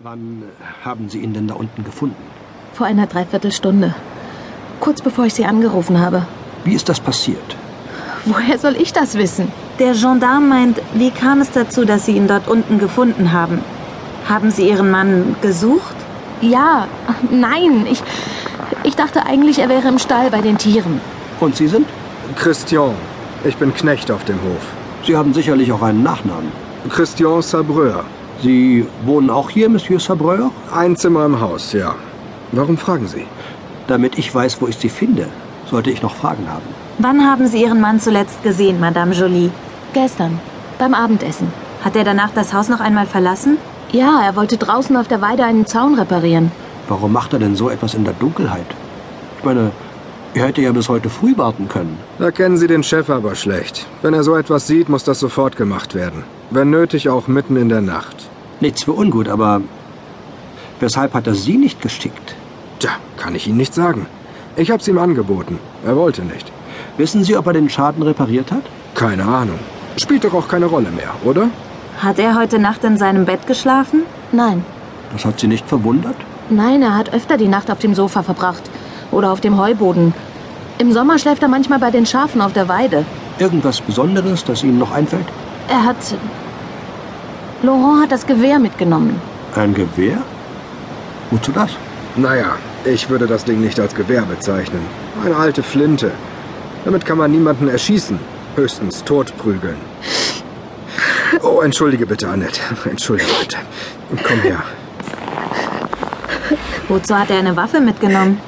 Wann haben Sie ihn denn da unten gefunden? Vor einer Dreiviertelstunde. Kurz bevor ich Sie angerufen habe. Wie ist das passiert? Woher soll ich das wissen? Der Gendarm meint, wie kam es dazu, dass Sie ihn dort unten gefunden haben? Haben Sie Ihren Mann gesucht? Ja, nein, ich, ich dachte eigentlich, er wäre im Stall bei den Tieren. Und Sie sind? Christian, ich bin Knecht auf dem Hof. Sie haben sicherlich auch einen Nachnamen. Christian Sabreur. Sie wohnen auch hier, Monsieur Sabreur? Ein Zimmer im Haus, ja. Warum fragen Sie? Damit ich weiß, wo ich Sie finde, sollte ich noch Fragen haben. Wann haben Sie Ihren Mann zuletzt gesehen, Madame Jolie? Gestern, beim Abendessen. Hat er danach das Haus noch einmal verlassen? Ja, er wollte draußen auf der Weide einen Zaun reparieren. Warum macht er denn so etwas in der Dunkelheit? Ich meine, er hätte ja bis heute früh warten können. Da kennen Sie den Chef aber schlecht. Wenn er so etwas sieht, muss das sofort gemacht werden. Wenn nötig, auch mitten in der Nacht. Nichts für ungut, aber weshalb hat er Sie nicht geschickt? Tja, kann ich Ihnen nicht sagen. Ich hab's ihm angeboten. Er wollte nicht. Wissen Sie, ob er den Schaden repariert hat? Keine Ahnung. Spielt doch auch keine Rolle mehr, oder? Hat er heute Nacht in seinem Bett geschlafen? Nein, Das hat Sie nicht verwundert? nein, er hat öfter die Nacht auf dem Sofa verbracht. Oder auf dem Heuboden. Im Sommer schläft er manchmal bei den Schafen auf der Weide. Irgendwas Besonderes, das Ihnen noch einfällt? Er hat. Laurent hat das Gewehr mitgenommen. Ein Gewehr? Wozu das? Naja, ich würde das Ding nicht als Gewehr bezeichnen. Eine alte Flinte. Damit kann man niemanden erschießen. Höchstens totprügeln. Oh, entschuldige bitte, Annette. Entschuldige bitte. Komm her. Wozu hat er eine Waffe mitgenommen?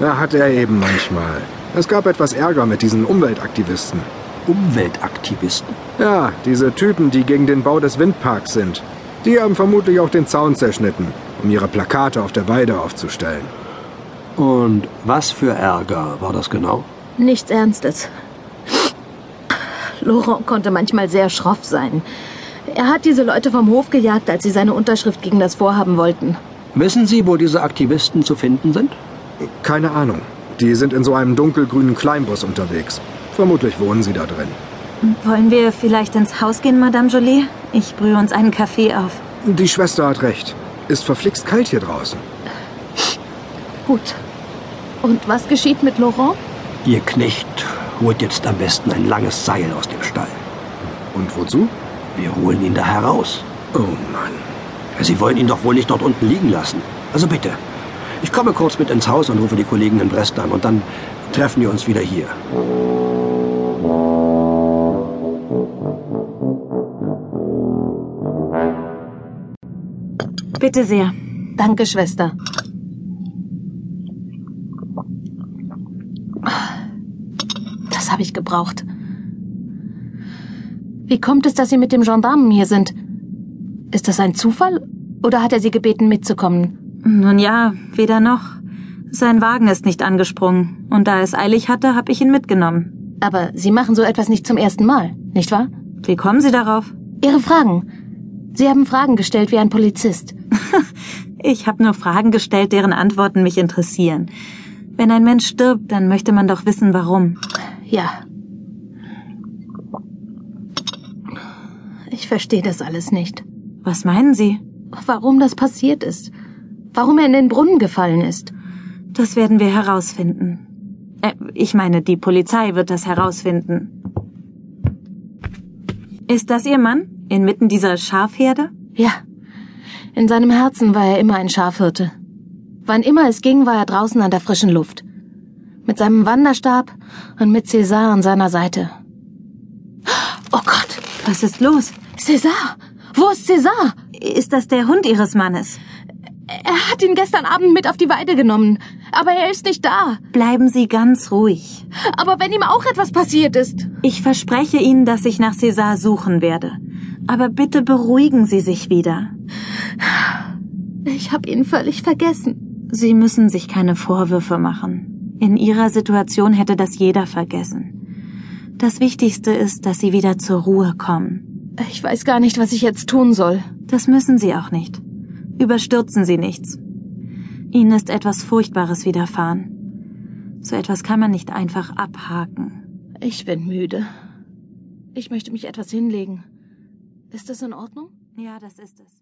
Na, hat er eben manchmal. Es gab etwas Ärger mit diesen Umweltaktivisten. Umweltaktivisten. Ja, diese Typen, die gegen den Bau des Windparks sind. Die haben vermutlich auch den Zaun zerschnitten, um ihre Plakate auf der Weide aufzustellen. Und was für Ärger war das genau? Nichts Ernstes. Laurent konnte manchmal sehr schroff sein. Er hat diese Leute vom Hof gejagt, als sie seine Unterschrift gegen das Vorhaben wollten. Wissen Sie, wo diese Aktivisten zu finden sind? Keine Ahnung. Die sind in so einem dunkelgrünen Kleinbus unterwegs. Vermutlich wohnen sie da drin. Wollen wir vielleicht ins Haus gehen, Madame Jolie? Ich brühe uns einen Kaffee auf. Die Schwester hat recht. Ist verflixt kalt hier draußen. Gut. Und was geschieht mit Laurent? Ihr Knecht holt jetzt am besten ein langes Seil aus dem Stall. Und wozu? Wir holen ihn da heraus. Oh Mann. Sie wollen ihn doch wohl nicht dort unten liegen lassen. Also bitte. Ich komme kurz mit ins Haus und rufe die Kollegen in Brest an und dann treffen wir uns wieder hier. Bitte sehr. Danke, Schwester. Das habe ich gebraucht. Wie kommt es, dass Sie mit dem Gendarmen hier sind? Ist das ein Zufall? Oder hat er Sie gebeten, mitzukommen? Nun ja, weder noch. Sein Wagen ist nicht angesprungen. Und da er es eilig hatte, habe ich ihn mitgenommen. Aber Sie machen so etwas nicht zum ersten Mal, nicht wahr? Wie kommen Sie darauf? Ihre Fragen. Sie haben Fragen gestellt wie ein Polizist. Ich habe nur Fragen gestellt, deren Antworten mich interessieren. Wenn ein Mensch stirbt, dann möchte man doch wissen, warum. Ja. Ich verstehe das alles nicht. Was meinen Sie? Warum das passiert ist? Warum er in den Brunnen gefallen ist? Das werden wir herausfinden. Äh, ich meine, die Polizei wird das herausfinden. Ist das Ihr Mann? Inmitten dieser Schafherde? Ja. In seinem Herzen war er immer ein Schafhirte. Wann immer es ging, war er draußen an der frischen Luft. Mit seinem Wanderstab und mit César an seiner Seite. Oh Gott! Was ist los? César! Wo ist César? Ist das der Hund Ihres Mannes? Er hat ihn gestern Abend mit auf die Weide genommen. Aber er ist nicht da. Bleiben Sie ganz ruhig. Aber wenn ihm auch etwas passiert ist. Ich verspreche Ihnen, dass ich nach César suchen werde. Aber bitte beruhigen Sie sich wieder. Ich habe ihn völlig vergessen. Sie müssen sich keine Vorwürfe machen. In Ihrer Situation hätte das jeder vergessen. Das Wichtigste ist, dass Sie wieder zur Ruhe kommen. Ich weiß gar nicht, was ich jetzt tun soll. Das müssen Sie auch nicht. Überstürzen Sie nichts. Ihnen ist etwas Furchtbares widerfahren. So etwas kann man nicht einfach abhaken. Ich bin müde. Ich möchte mich etwas hinlegen. Ist das in Ordnung? Ja, das ist es.